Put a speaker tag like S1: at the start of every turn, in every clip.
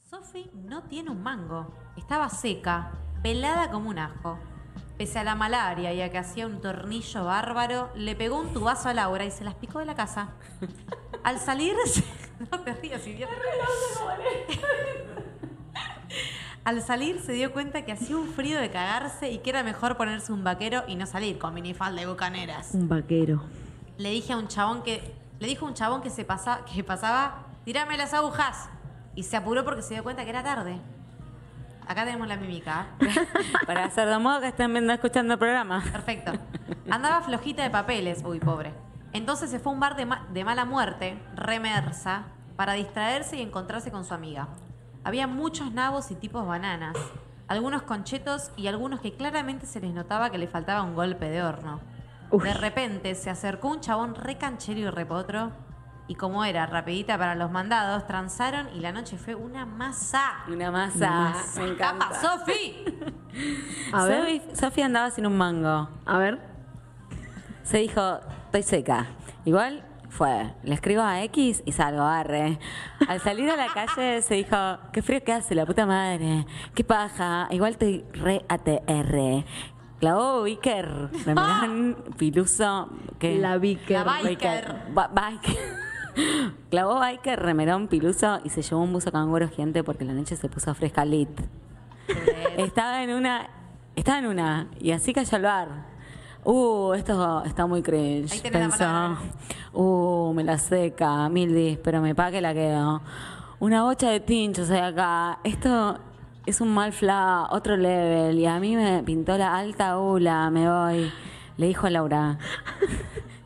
S1: Sophie no tiene un mango. Estaba seca, pelada como un ajo. Pese a la malaria y a que hacía un tornillo bárbaro, le pegó un tubazo a Laura y se las picó de la casa. Al salir, no te rías, idiota. Al salir se dio cuenta que hacía un frío de cagarse y que era mejor ponerse un vaquero y no salir con minifalda de bucaneras.
S2: Un vaquero.
S1: Le dije a un chabón que le dijo a un chabón que se pasa, que pasaba, "Tirame las agujas." Y se apuró porque se dio cuenta que era tarde. Acá tenemos la mímica. ¿eh?
S3: Para Sardomodo que están viendo, escuchando el programa.
S1: Perfecto. Andaba flojita de papeles, uy, pobre. Entonces se fue a un bar de, ma- de mala muerte, remersa, para distraerse y encontrarse con su amiga. Había muchos nabos y tipos bananas, algunos conchetos y algunos que claramente se les notaba que le faltaba un golpe de horno.
S2: Uy.
S1: De repente se acercó un chabón recanchero y repotro, y como era rapidita para los mandados, transaron y la noche fue una masa.
S3: Una masa. Me encanta.
S1: ¡Capa, Sofi!
S2: A ver.
S3: Sofi- Sofía andaba sin un mango.
S2: A ver.
S3: Se dijo, estoy seca. Igual fue, le escribo a X y salgo, arre. Al salir a la calle se dijo, qué frío que hace, la puta madre. Qué paja, igual estoy re ATR. Clavó Vicker, de Milán, Piluso, que...
S2: La
S1: La
S2: Vicker.
S1: va-
S3: Ba- biker. Clavó biker, remerón, piluso y se llevó un buzo canguro gigante porque la noche se puso fresca lit. Estaba en una, estaba en una, y así cayó al bar. Uh, esto está muy
S1: Ahí
S3: cringe.
S1: tenés la palabra.
S3: Pensó, uh, me la seca, mildis, pero me paga que la quedo. Una bocha de tinchos hay acá. Esto es un mal fla, otro level. Y a mí me pintó la alta hula, me voy. Le dijo a Laura.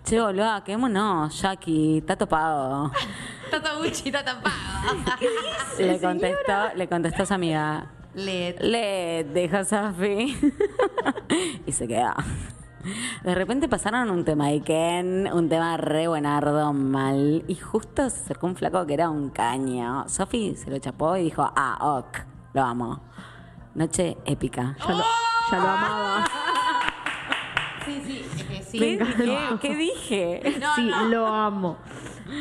S3: Che, boluda, quedémonos, Jackie, está topado.
S1: Tata Gucci, tata Pava.
S3: Le contestó, le contestó a su amiga.
S1: Le
S3: Le dejó Safi y se quedó. De repente pasaron un tema de Ken, un tema re buenardo, mal. Y justo se acercó un flaco que era un caño. Sofi se lo chapó y dijo, ah, ok, lo amo. Noche épica.
S2: Ya lo, ya lo amaba.
S1: Sí, sí, es que sí.
S3: ¿Qué,
S2: encanta.
S3: dije? ¿Qué dije?
S1: No,
S2: sí,
S1: no.
S2: lo amo.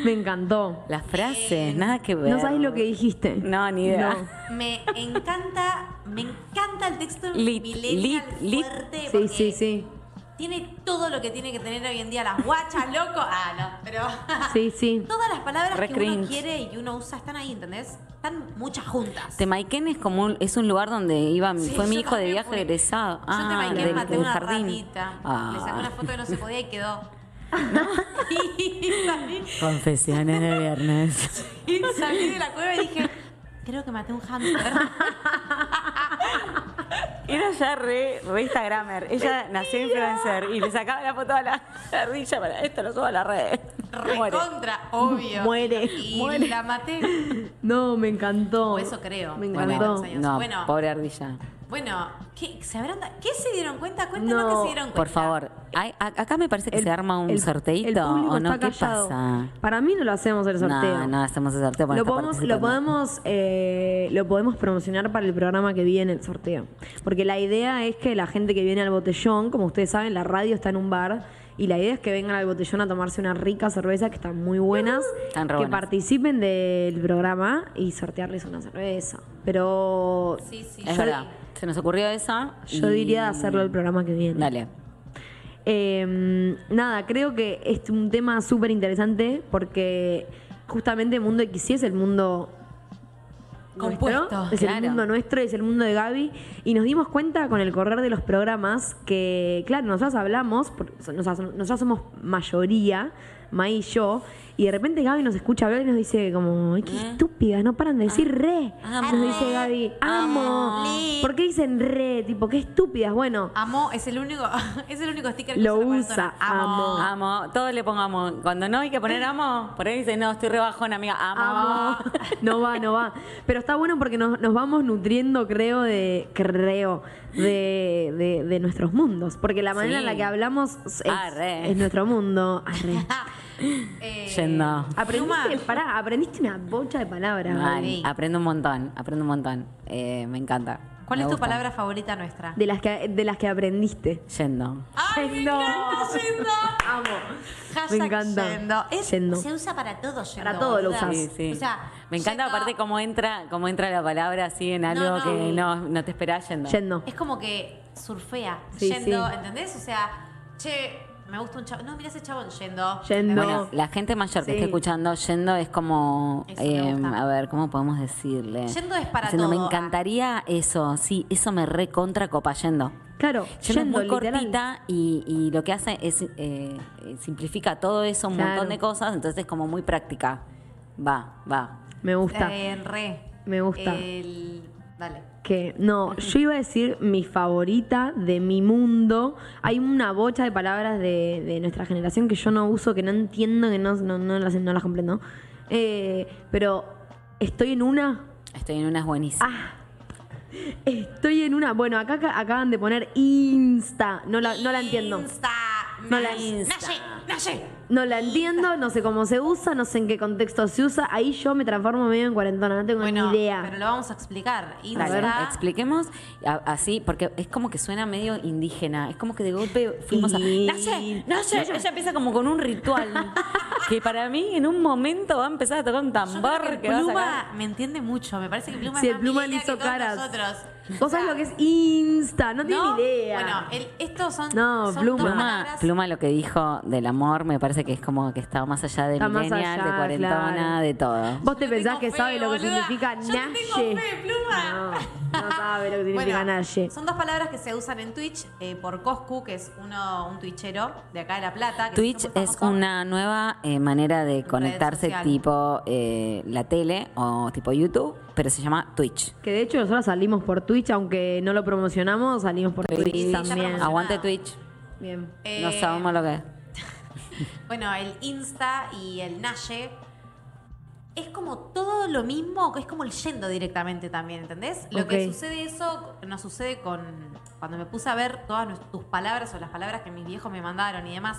S2: Me encantó.
S3: Las frases, nada que ver.
S2: No sabes lo que dijiste.
S3: No, ni idea.
S2: No.
S1: Me encanta, me encanta el texto
S3: Lit,
S1: millennial
S3: lit, lit.
S1: fuerte
S2: Sí,
S1: porque
S2: sí, sí.
S1: Tiene todo lo que tiene que tener hoy en día las guachas, loco. Ah, no, pero
S2: Sí, sí.
S1: todas las palabras
S3: Re
S1: que uno
S3: cringe.
S1: quiere y que uno usa están ahí, ¿entendés? Están muchas juntas.
S3: Temaiken es como un, es un lugar donde iba mi-
S1: Sí,
S3: fue mi
S1: yo
S3: hijo de
S1: también
S3: viaje
S1: fui.
S3: egresado. Ah,
S1: Yo te
S3: del-
S1: maquillé, maté
S3: del
S1: una
S3: jardín.
S1: ratita.
S3: Ah.
S1: Le saqué una foto que no se podía y quedó. Y salí-
S3: Confesiones de viernes.
S1: Y salí de la cueva y dije, creo que maté un hamster.
S3: Era ya re, re Instagramer. Ella nació influencer y le sacaba la foto a la guerrilla para esto lo subo a la red.
S1: Recontra, obvio.
S2: Muere,
S1: Y
S2: muere.
S1: la maté.
S2: No, me encantó.
S1: O eso creo.
S2: Me
S1: Bueno,
S2: encantó.
S1: años.
S3: No,
S1: Bueno.
S3: pobre ardilla.
S1: Bueno, ¿qué se, habrán da- ¿qué se dieron cuenta? Cuéntanos
S2: No,
S1: qué se dieron cuenta.
S3: Por favor. Ay, a- acá me parece que se arma un
S2: el-
S3: sorteito
S2: el público
S3: o no.
S2: está
S3: ¿Qué
S2: callado.
S3: pasa?
S2: Para mí no lo hacemos el sorteo.
S3: No, no hacemos el sorteo. porque
S2: Lo
S3: está
S2: podemos, lo,
S3: participando.
S2: podemos, eh, lo podemos promocionar para el programa que viene, el sorteo. Porque la idea es que la gente que viene al botellón, como ustedes saben, la radio está en un bar. Y la idea es que vengan al botellón a tomarse una rica cerveza, que están muy buenas.
S3: Están re
S2: que
S3: buenas.
S2: participen del programa y sortearles una cerveza. Pero
S1: Sí, sí.
S3: Es
S2: Yo-
S3: verdad. Se nos ocurrió esa.
S2: yo
S3: y-
S2: diría de hacerlo el programa que viene.
S3: Dale.
S2: Eh, nada, creo que es un tema súper interesante porque justamente el mundo X es el mundo
S1: Compuesto,
S2: nuestro, es el
S3: claro.
S2: mundo nuestro, es el mundo de Gaby y nos dimos cuenta con el correr de los programas que, claro, nosotros hablamos, por- so- nosotras nosotras somos mayoría, May y yo, y de repente Gaby nos escucha hablar y nos dice como, "Ay, qué estúpidas, no paran de decir re.
S3: Ah. Amo.
S2: Nos dice Gaby, amo.
S3: Amo.
S2: ¿Por qué dicen re? Tipo, qué estúpidas. Bueno,
S1: Amo es el único, es el único sticker que
S2: Lo
S1: la
S2: usa,
S1: persona.
S2: amo.
S3: Amo, todos le pongamos. Cuando no hay que poner amo, por ahí dice, no, estoy rebajón, amiga. Amo.
S2: Amo. No va, no va. Pero está bueno porque nos, nos vamos nutriendo, creo, de. Creo. De, de- de nuestros mundos. Porque la manera en
S3: Sí.
S2: la que hablamos es,
S3: Arre.
S2: es nuestro mundo. Arre.
S1: Eh,
S3: Yendo.
S2: Aprendiste,
S1: Pluma.
S2: pará, aprendiste una bocha de palabras.
S3: Mal.
S2: Gaby.
S1: Sí.
S3: Aprendo un montón, aprendo un montón. Eh, me encanta.
S1: ¿Cuál
S3: Me
S1: es tu
S3: gusta.
S1: palabra favorita nuestra?
S2: De las que, de las que aprendiste.
S3: Yendo.
S1: ¡Ay, me
S2: Yendo.
S1: encanta yendo!
S2: Amo.
S1: Hashtag
S2: encanta.
S1: Yendo. Es-
S2: Yendo.
S1: Se usa para todo yendo.
S2: Para todo lo
S1: boluda.
S2: usas.
S3: Sí, sí.
S1: O sea,
S3: me encanta
S1: yendo-
S3: aparte cómo entra, cómo entra la palabra así en algo
S1: No, no.
S3: que no, no te esperás yendo.
S2: Yendo.
S1: Es como que surfea,
S2: Sí,
S1: yendo,
S2: sí.
S1: ¿entendés? O sea, che, me gusta un chabón. No, mirá ese chabón yendo.
S2: Yendo.
S1: ¿entendés?
S3: Bueno, la gente mayor que
S2: Sí.
S3: esté escuchando, yendo es como,
S1: Eso me
S3: em,
S1: gusta.
S3: a ver, ¿cómo podemos decirle?
S1: Yendo es para
S3: Diciendo,
S1: todo.
S3: Me encantaría eso, sí, eso me recontra copa yendo.
S2: Claro,
S3: Yendo es
S2: yendo,
S3: muy
S2: literal.
S3: cortita y, y lo que hace es eh, eh, simplifica todo eso, un
S2: Claro.
S3: montón de cosas, entonces es como muy práctica. Va, va.
S2: Me gusta.
S1: Eh, re.
S2: Me gusta.
S1: El- Dale.
S2: Que no, yo iba a decir mi favorita de mi mundo. Hay una bocha de palabras de, de nuestra generación que yo no uso, que no entiendo, que no, no, no las, no las comprendo. Eh, pero estoy en una.
S3: Estoy en unas buenísimas.
S2: Ah, estoy en una. Bueno, acá, acá acaban de poner Insta. No la, no la entiendo.
S1: Insta.
S2: No la-
S1: Naye, Naye.
S2: No la entiendo, no sé cómo se usa, no sé en qué contexto se usa. Ahí yo me transformo medio en cuarentona, no tengo
S1: Bueno,
S2: ni idea.
S1: pero lo vamos a explicar. Insta.
S3: Dale, expliquemos a- así, porque es como que suena medio indígena. Es como que de golpe fuimos a.
S2: Y-
S3: ¡Naye! ¡Naye! Ella empieza como con un ritual. que para mí, en un momento, va a empezar a tocar un
S1: Yo
S3: tambor
S1: creo que
S3: que va a
S1: Pluma
S3: sacar-
S1: me entiende mucho. Me parece que Pluma
S2: Si
S1: es
S2: el
S1: más
S2: pluma le
S1: millennial
S2: hizo
S1: que todos
S2: caras.
S1: nosotros.
S2: Vos sabés lo que es Insta, no, tiene
S1: No,
S2: ni idea.
S1: Bueno, el- estos son.
S2: No,
S1: son
S2: Pluma.
S1: dos
S3: Pluma,
S1: palabras-
S3: Pluma lo que dijo del amor me parece que es como que está más allá de
S2: Está más
S3: millennial,
S2: allá,
S3: de cuarentona,
S2: claro.
S3: de todo.
S2: Vos te
S1: Yo
S2: pensás
S1: tengo
S2: que
S1: fe,
S2: sabe lo que
S1: boluda.
S2: significa
S1: Yo te
S2: Naye.
S1: tengo fe, Pluma.
S2: No, no sabe lo que significa
S1: Bueno,
S2: Naye.
S1: Son dos palabras que se usan en Twitch eh, por Coscu, que es uno, un twitchero de acá de La Plata. que se
S3: Twitch
S1: hizo muy
S3: es
S1: famoso.
S3: una nueva eh, manera de conectarse
S1: social.
S3: tipo eh, la tele o tipo YouTube, pero se llama Twitch.
S2: Que de hecho nosotros salimos por Twitch, aunque no lo promocionamos, salimos por Twitch, también.
S3: Twitch.
S1: promocionado.
S3: Aguante Twitch.
S2: Bien.
S1: Eh,
S3: No sabemos lo que es.
S1: Bueno, el Insta y el Naye. Es como todo lo mismo, es como el yendo directamente también, ¿entendés? Lo que
S2: Ok.
S1: sucede eso, nos sucede con cuando me puse a ver todas nues- tus palabras o las palabras que mis viejos me mandaron y demás.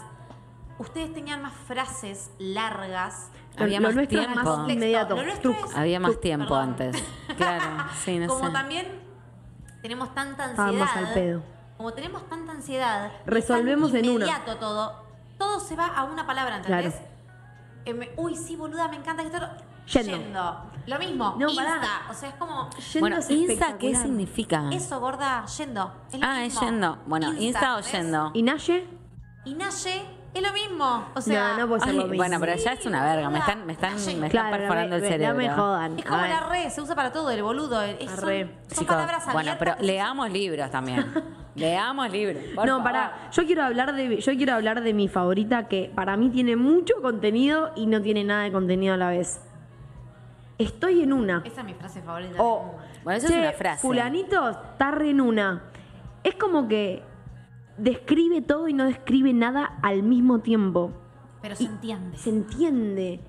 S1: Ustedes tenían más frases largas,
S2: Lo-
S3: Había
S2: lo
S3: más
S2: nuestro es
S3: tiempo.
S2: más inmediato.
S1: Lo nuestro
S2: Tuc.
S1: es-
S3: Había más
S1: Tuc,
S3: tiempo
S1: perdón.
S3: antes. Claro, sí, no
S1: como
S3: sé.
S1: también tenemos tanta ansiedad.
S2: Estábamos al pedo.
S1: Como tenemos tanta ansiedad. y
S2: Resolvemos
S1: tan
S2: en una.
S1: inmediato todo. Todo se va a una palabra, ¿entendés?
S2: Claro.
S1: Eh, me- uy, sí, boluda, me encanta que esto.
S2: Yendo.
S1: Lo mismo.
S2: No,
S1: Insta.
S2: pará.
S1: O sea, es como.
S2: Yendo
S3: bueno,
S2: es
S3: Insta, ¿qué
S2: espectacular.
S3: significa?
S1: Eso, gorda, yendo. Es lo
S3: ah, es
S1: mismo.
S3: yendo. Bueno, Insta, o
S1: ¿entendés?
S3: yendo.
S2: ¿Y Naye?
S1: Y Naye es lo mismo. O sea,
S2: no, no puede ser
S3: Ay,
S2: lo mismo.
S3: bueno, pero ya es una verga. Me están, me están, me están
S2: Claro,
S3: perforando
S2: no
S3: el
S2: me-
S3: cerebro.
S2: No me jodan.
S1: es como
S2: A ver.
S1: la re, se usa para todo, el boludo. el- es- son
S2: Arre.
S1: son
S3: Chicos,
S1: palabras abiertas.
S3: bueno, pero
S1: que se
S3: leamos libros también. leamos libros. por
S2: no,
S3: favor.
S2: para, yo quiero hablar de yo quiero hablar de mi favorita que para mí tiene mucho contenido y no tiene nada de contenido a la vez. Estoy en una.
S1: Esa es mi frase favorita. del
S2: O
S1: mundo.
S3: Oh, Bueno, eso es una frase.
S2: Fulanito está re en una. Es como que describe todo y no describe nada al mismo tiempo.
S1: Pero se entiende.
S2: Se entiende.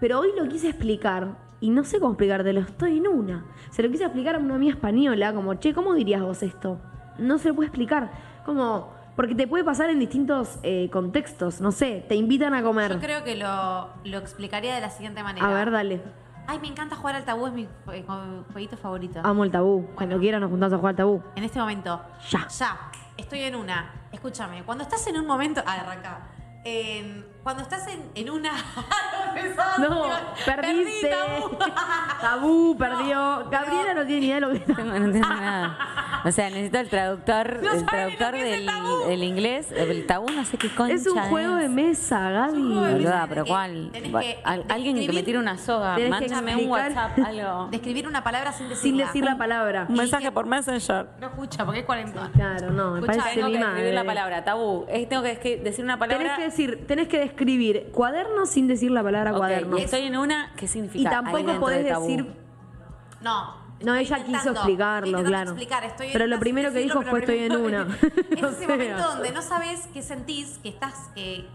S2: Pero hoy lo quise explicar. Y no sé cómo explicártelo, estoy en una. Se lo quise explicar a una amiga española, como, che, ¿cómo dirías vos esto? No se lo puede explicar. Como, porque te puede pasar en distintos eh, contextos, no sé, te invitan a
S1: Yo
S2: comer.
S1: creo que lo, lo explicaría de la siguiente manera.
S2: A ver, dale.
S1: Ay, me encanta jugar al tabú, es mi jue- jue- jueguito favorito.
S2: Amo el tabú. Cuando quieran nos juntamos a jugar al tabú.
S1: En este momento.
S2: Ya.
S1: Ya. Estoy en una. Escúchame, cuando estás en un momento. Ah, arranca. En- cuando estás en, en una. no, pensaba,
S2: No,
S1: tío.
S2: perdiste.
S1: Perdí, tabú.
S2: Tabú, perdió. Gabriela no tiene ni idea de lo que está.
S3: No entiendo nada. O sea, necesito el traductor,
S1: No saben ni
S3: el
S1: lo
S3: traductor
S1: que es el
S3: del
S1: tabú.
S3: del inglés, el tabú, no sé qué concha.
S2: Es un juego de
S3: es.
S2: mesa,
S1: juego de
S2: Gaby.
S1: mesa. Tenés
S3: Boluda, pero
S1: que-
S3: ¿cuál?
S1: tenés
S3: Va-
S1: que
S3: al- alguien que me
S1: describir-
S3: tire una soga,
S2: tenés que
S3: mándame un
S2: explicar-
S3: WhatsApp, algo.
S1: Describir una palabra sin decirla.
S2: Sin decir la palabra.
S3: Un mensaje por Messenger.
S1: No escucha, porque es 40.
S2: Claro, no, me
S1: Escuchá,
S2: parece
S3: Tengo
S2: mi
S3: que
S2: madre.
S3: escribir la palabra, tabú. Es- tengo que escri- decir una
S2: Tenés
S3: palabra.
S2: que decir, tenés que describir cuaderno sin decir la palabra
S3: Ok,
S2: cuaderno.
S3: y estoy en una, ¿qué
S2: Y
S3: significa? Ahí
S2: tampoco
S3: dentro
S2: podés
S3: de tabú.
S2: decir.
S1: No.
S2: No,
S1: estoy
S2: ella quiso
S1: intentando,
S2: explicarlo,
S1: estoy intentando
S2: claro.
S1: explicar, estoy
S2: Pero lo
S1: intentando
S2: primero que
S1: decirlo,
S2: dijo
S1: pero
S2: fue, "Estoy en
S1: primero-
S2: una".
S1: es
S2: O
S1: ese
S2: sea.
S1: momento donde no sabes qué sentís, que estás. Que,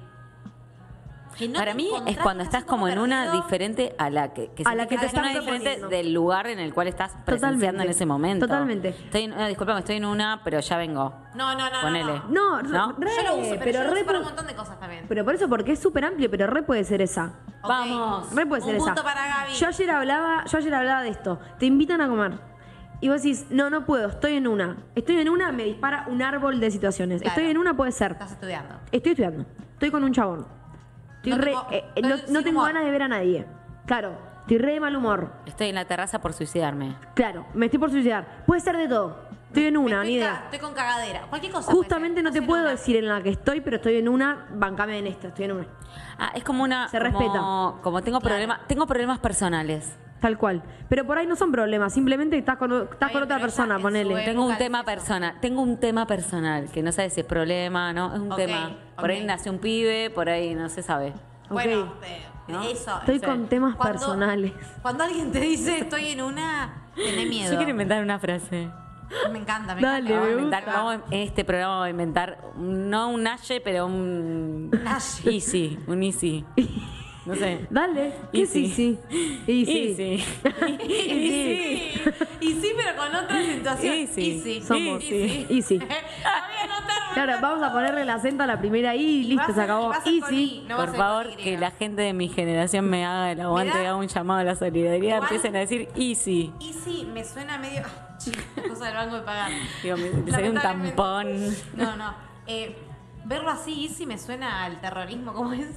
S1: que no
S3: Para
S1: te
S3: mí es
S1: encontrás,
S3: cuando
S1: estás
S3: estás como en una
S1: perdido.
S3: diferente a la que, que
S2: A la
S3: sentís
S2: que te
S3: estás en una
S2: estás
S3: diferente
S2: proponiendo.
S3: del lugar en el cual estás presenciando
S2: Totalmente.
S3: en ese momento.
S2: Totalmente.
S3: Estoy en, eh, disculpame, estoy en una, pero ya vengo.
S1: No, no, no.
S3: Ponele.
S1: No, no.
S2: No, re-
S3: ¿No?
S2: re,
S1: Yo lo uso, pero, yo lo
S2: re
S1: uso para
S2: po-
S1: un montón de cosas también.
S2: pero por eso, porque es súper amplio, pero re puede ser esa.
S1: Ok,
S3: Vamos.
S2: Re puede ser
S1: un
S2: esa.
S1: punto para Gaby.
S2: Yo ayer hablaba, yo ayer hablaba de esto. Te invitan a comer. Y vos decís, no, no puedo, estoy en una. Estoy en una, me dispara un árbol de situaciones.
S1: Claro.
S2: Estoy en una, puede ser.
S1: Estás estudiando.
S2: Estoy estudiando. Estoy con un chabón. Estoy
S1: No
S2: re-
S1: tengo-
S2: eh, eh,
S1: estoy
S2: no,
S1: sin
S2: no tengo
S1: humor.
S2: ganas de ver a nadie. Claro, estoy re de mal humor.
S3: Estoy en la terraza por suicidarme.
S2: Claro, me estoy por suicidar. Puede ser de todo. Estoy en una,
S1: Me
S2: ni
S1: estoy
S2: idea.
S1: ca- Estoy con cagadera. Cualquier cosa. puede
S2: Justamente
S1: ser.
S2: no te
S1: Estoy en
S2: puedo
S1: una.
S2: decir en la que estoy, pero estoy en una, bancame en esta, estoy en una.
S3: Ah, es como una.
S2: Se
S3: como-
S2: respeta.
S3: Como tengo problemas, tengo problemas personales.
S2: Tal cual. Pero por ahí no son problemas, simplemente estás con, estás
S1: Está bien,
S2: con otra
S1: pero esa
S2: persona,
S1: en su
S2: ponele.
S1: época
S3: Tengo un
S1: es
S3: tema
S1: eso.
S3: personal, tengo un tema personal, que no sé si es problema, ¿no? Es un
S1: Ok,
S3: tema. Por ahí
S1: ok.
S3: nació un pibe, por ahí no se sabe.
S1: Bueno,
S2: Ok.
S1: eh,
S3: ¿No?
S1: eso.
S2: Estoy
S1: eso.
S2: con temas
S1: Cuando-
S2: personales.
S1: Cuando alguien te dice estoy en una, tené miedo.
S3: inventar una frase.
S1: Me encanta, me
S2: Dale,
S1: encanta.
S3: Vamos a
S2: me
S3: inventar, vamos a- en este programa vamos a inventar, un- no un Naye, pero un...
S1: Naye.
S3: Easy, un Easy. No sé.
S2: Dale,
S3: Y
S2: ¿qué sí, sí? Y sí.
S3: Easy.
S1: Y sí. Y sí, pero con otra acentuación.
S3: Y sí.
S1: Y sí.
S2: Somos.
S1: Y sí.
S2: Y sí.
S1: Voy a anotarme.
S2: Claro, vamos a ponerle el acento a la primera I y
S1: Vas
S2: listo,
S1: a-
S2: se acabó.
S1: vas a
S2: Y
S1: con I,
S2: sí.
S1: no vas
S3: Por
S1: a
S3: favor,
S1: con Y.
S3: que la gente de mi generación me haga el aguante,
S1: Me da-
S3: haga un llamado a la solidaridad,
S1: Igual-
S3: empiecen a decir Easy.
S1: Y sí, me suena medio. Ah, chica, cosa del banco de pagar.
S3: Digo, me- me salió un
S1: Lamentablemente.
S3: tampón.
S1: No, no. Eh, verlo así, y sí, me suena al terrorismo, ¿cómo es?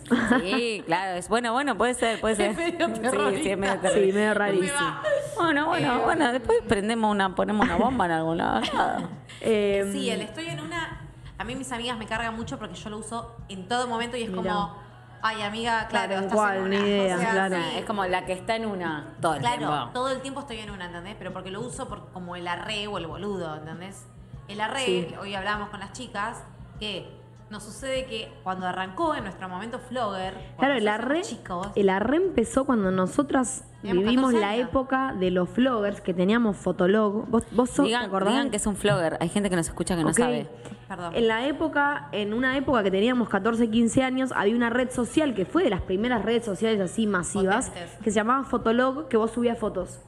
S3: Sí, claro. Es, bueno, bueno, puede ser, puede ser.
S1: Es medio
S3: sí, sí, es medio
S1: terrorista.
S3: terrorista.
S2: Sí, medio
S1: Me
S2: rarísimo.
S1: va.
S3: Bueno, bueno, bueno, después prendemos una, ponemos una bomba en algún lado. nada.
S2: Eh,
S1: Sí, el estoy en una. A mí mis amigas me cargan mucho porque yo lo uso en todo momento y es como. Ay, amiga, claro,
S2: Claro,
S1: estás
S2: igual,
S1: en
S2: ni
S1: una.
S2: idea,
S1: o sea,
S2: claro.
S1: sí.
S3: Es como la que está en una todo el
S1: Claro,
S3: tiempo.
S1: todo el tiempo estoy en una, ¿entendés? Pero porque lo uso por, como el arre o el boludo, ¿entendés? El arre,
S2: Sí.
S1: hoy hablábamos con las chicas, que nos sucede que cuando arrancó en nuestro momento flogger, cuando
S2: Claro, el
S1: nosotros
S2: arre,
S1: éramos chicos,
S2: el arre empezó cuando nosotras
S1: Teníamos
S2: vivimos
S1: 14
S2: la
S1: años.
S2: época de los vloggers que teníamos fotolog. ¿Vos, vos sos, te
S3: digan,
S2: acordás?
S3: digan que es un flogger. Hay gente que nos escucha que no
S2: Ok.
S3: sabe.
S1: Perdón.
S2: En la época, en una época que teníamos 14, 15 años, había una red social que fue de las primeras redes sociales así masivas,
S1: Potentes.
S2: que se llamaba Fotolog, que vos subías fotos.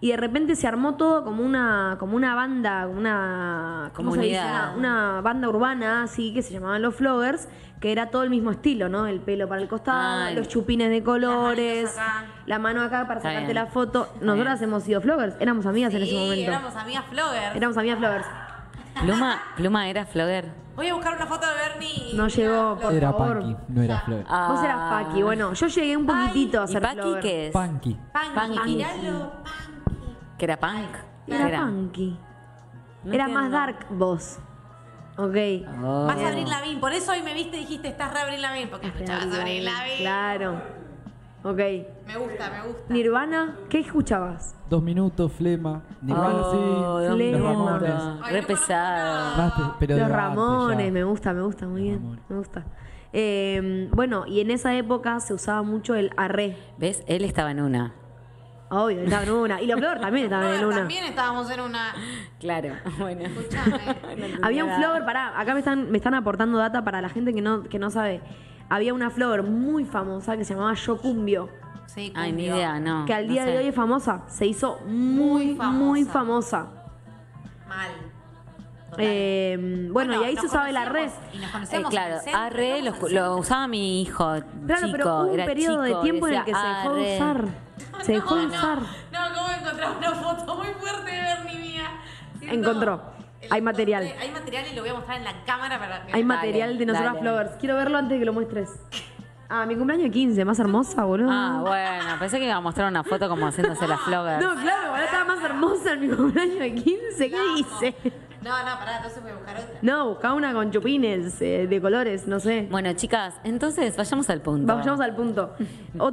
S2: Y de repente se armó todo como una, como una banda, una ¿cómo se dice?
S3: Comunidad.
S2: Una, una banda urbana, así que se llamaban los floggers, que era todo el mismo estilo, ¿no? El pelo para el costado,
S3: Ah, el-
S2: los chupines de colores,
S1: Las manitos acá.
S2: la mano acá para
S3: Está
S2: sacarte
S3: bien.
S2: la foto. Nosotras hemos sido floggers, éramos amigas en ese
S1: Sí,
S2: momento.
S1: éramos amigas flogger.
S2: éramos amigas floggers.
S3: Pluma, Pluma era flogger.
S1: Voy a buscar una foto de Bernie. y-
S2: No llegó, por
S4: Era
S2: favor.
S4: Panky, no era Flor.
S3: Ah.
S2: Vos eras Paqui, bueno, yo llegué un poquitito a
S3: ¿Y
S2: ser
S3: Paki
S2: flogger.
S3: qué es?
S4: Panky.
S1: Panky,
S3: Panky.
S1: miralo, Panky.
S3: Que era punk.
S2: Era punky.
S3: No
S2: era
S3: entiendo.
S2: más dark vos. Ok.
S3: Oh.
S1: Vas a abrir Lavín, por eso hoy me viste y dijiste, estás re Abril Lavín, porque escuchabas a Abril Lavín.
S2: Claro. Ok.
S1: Me gusta, me gusta.
S2: Nirvana, ¿qué escuchabas?
S4: Dos minutos, flema. Nirvana,
S3: Oh,
S4: sí.
S3: dos
S2: Flema.
S4: Los
S3: minutos.
S4: Ramones.
S1: Ay,
S3: Re
S1: no
S3: pesado.
S4: Más te- pero
S2: Los
S4: de antes
S2: Ramones,
S4: ya.
S2: me gusta, me gusta, muy bien.
S4: Ramones.
S2: Me gusta. Eh, bueno, y en esa época se usaba mucho el arre.
S3: ¿Ves? Él estaba en una.
S2: Obvio, estaban en una. Y los flowers también estaban en
S1: No,
S2: una.
S1: También estábamos en una.
S3: Claro, bueno.
S1: Escuchame.
S2: Había un flogger, pará, acá me están, me están aportando data para la gente que no, que no sabe. Había una flogger muy famosa que se llamaba Yo Cumbio,
S1: Sí,
S3: Ay, ni
S1: cumbio.
S3: idea, no.
S2: que al
S3: no
S2: día de
S3: sé. Eh,
S2: hoy es famosa. Se hizo muy,
S1: Muy famosa.
S2: muy famosa.
S1: Mal. Total.
S2: Eh, bueno, y ahí
S1: nos
S2: se usaba la red.
S1: conocíamos- Y nos
S3: Eh,
S1: conocemos.
S3: claro, arre lo,
S1: los
S3: lo usaba mi hijo.
S2: Claro,
S3: chico,
S2: pero hubo un
S3: era
S2: periodo de
S3: chico,
S2: tiempo en el
S3: decía,
S2: que se dejó de
S3: "Arre".
S2: usar. Se dejó de usar.
S1: No, no, ¿cómo encontrar una foto muy fuerte de Bernie mía? Siento-
S2: Encontró.
S1: Eh,
S2: Hay
S1: encontré-
S2: material.
S1: Hay material y lo voy a mostrar en la cámara para que.
S2: Hay
S1: Ay,
S2: material de nosotras
S3: dale.
S2: flowers. Quiero verlo antes de que lo muestres. Ah, mi cumpleaños de 15, más hermosa, boludo.
S3: Ah, bueno, pensé que iba a mostrar una foto como haciéndose la flogger.
S2: no, claro, boludo, estaba más hermosa en mi cumpleaños de 15. ¿Qué dice?
S1: No, no, pará, entonces voy a buscar otra.
S2: No, buscaba una con chupines eh, de colores, no sé.
S3: Bueno, chicas, entonces vayamos al punto.
S2: Vayamos al punto.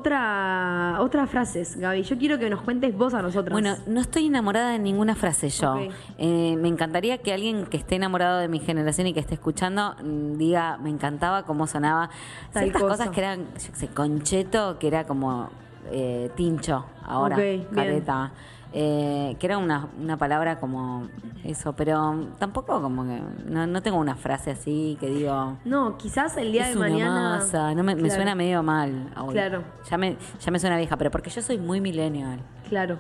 S2: Otra, otra frases, Gaby. Yo quiero que nos cuentes vos a nosotras.
S3: Bueno, no estoy enamorada de ninguna frase yo.
S2: Ok.
S3: Eh, me encantaría que alguien que esté enamorado de mi generación y que esté escuchando mm, diga, me encantaba cómo sonaba
S2: Tal
S3: ciertas
S2: cosa.
S3: cosas que eran, yo qué sé, concheto, que era como eh, tincho ahora,
S2: Ok, bien.
S3: careta. Eh, que era una, una palabra como eso, pero mm, tampoco como que no, no tengo una frase así que digo
S2: no, quizás el día
S3: es
S2: de
S3: una
S2: mañana.
S3: masa, no me, me
S2: Claro,
S3: suena medio mal. hoy.
S2: Claro.
S3: Ya me, ya me suena vieja, pero porque yo soy muy millennial.
S2: Claro.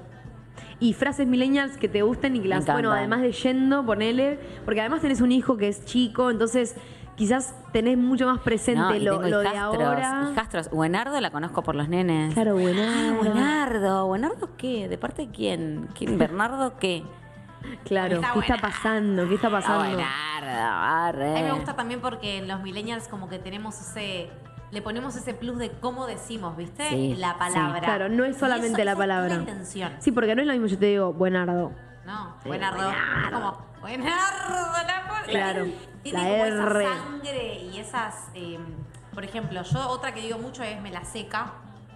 S2: Y frases millennials que te gusten y que
S3: Me
S2: las. Bueno,
S3: encantan.
S2: además de yendo, ponele. Porque además tenés un hijo que es chico, entonces quizás tenés mucho más presente
S3: No, y
S2: lo,
S3: tengo
S2: lo de
S3: hijastros,
S2: ahora.
S3: Hijastros. Buenardo la conozco por los nenes.
S2: Claro,
S3: Ah,
S2: buena. Ah,
S3: Buenardo. ¿Buenardo qué? Ah, ¿De parte de quién? ¿Quién? ¿Bernardo qué?
S2: Claro,
S1: Está
S2: ¿qué está
S1: buena.
S2: pasando? ¿Qué está pasando?
S1: A mí me gusta también porque en los millennials como que tenemos ese... Le ponemos ese plus de cómo decimos, ¿viste?
S3: Sí,
S1: la palabra.
S2: Claro, no es
S1: Y
S2: solamente
S1: eso-
S2: la
S1: eso
S2: palabra.
S1: Es la intención.
S2: Sí, porque no es lo mismo yo te digo buenardo.
S1: No, buenardo. Es como, buenardo, la por-
S2: Claro,
S1: Tiene
S2: la
S1: como
S2: R.
S1: esa sangre y esas. eh, por ejemplo, yo otra que digo mucho es me la seca.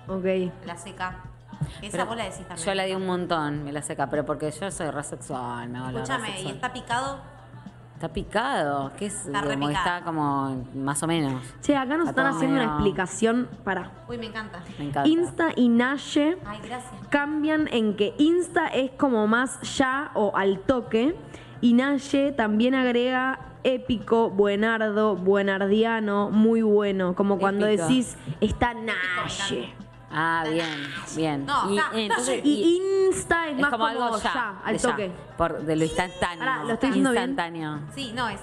S2: Ok.
S1: Me la seca. Esa
S3: Pero
S1: vos la decís también.
S3: Yo la di un montón, me la seca, pero porque yo soy resexual, me hago la
S1: Escúchame, y
S3: resexual.
S1: está picado.
S3: Está picado, ¿qué es?
S1: Está re
S3: como que
S1: picado.
S3: está como más o menos.
S2: Che, acá nos
S3: A
S2: están
S3: todo
S2: haciendo una
S3: medio.
S2: explicación para
S1: Uy, me encanta.
S3: Me encanta.
S2: Insta y Naye.
S1: Ay, gracias.
S2: cambian en que Insta es como más ya o al toque y Naye también agrega épico, buenardo, buenardiano, muy bueno, como cuando
S3: Épico.
S2: decís está Naye.
S3: Ah, bien, bien.
S1: No,
S3: y,
S1: está-
S3: y entonces,
S2: Y Insta es,
S3: es
S2: más
S3: como, algo ya,
S2: al
S3: de ya,
S2: toque.
S3: por- de lo instantáneo.
S2: Pará, ¿lo estoy diciendo bien?
S3: instantáneo.
S1: Sí, no, es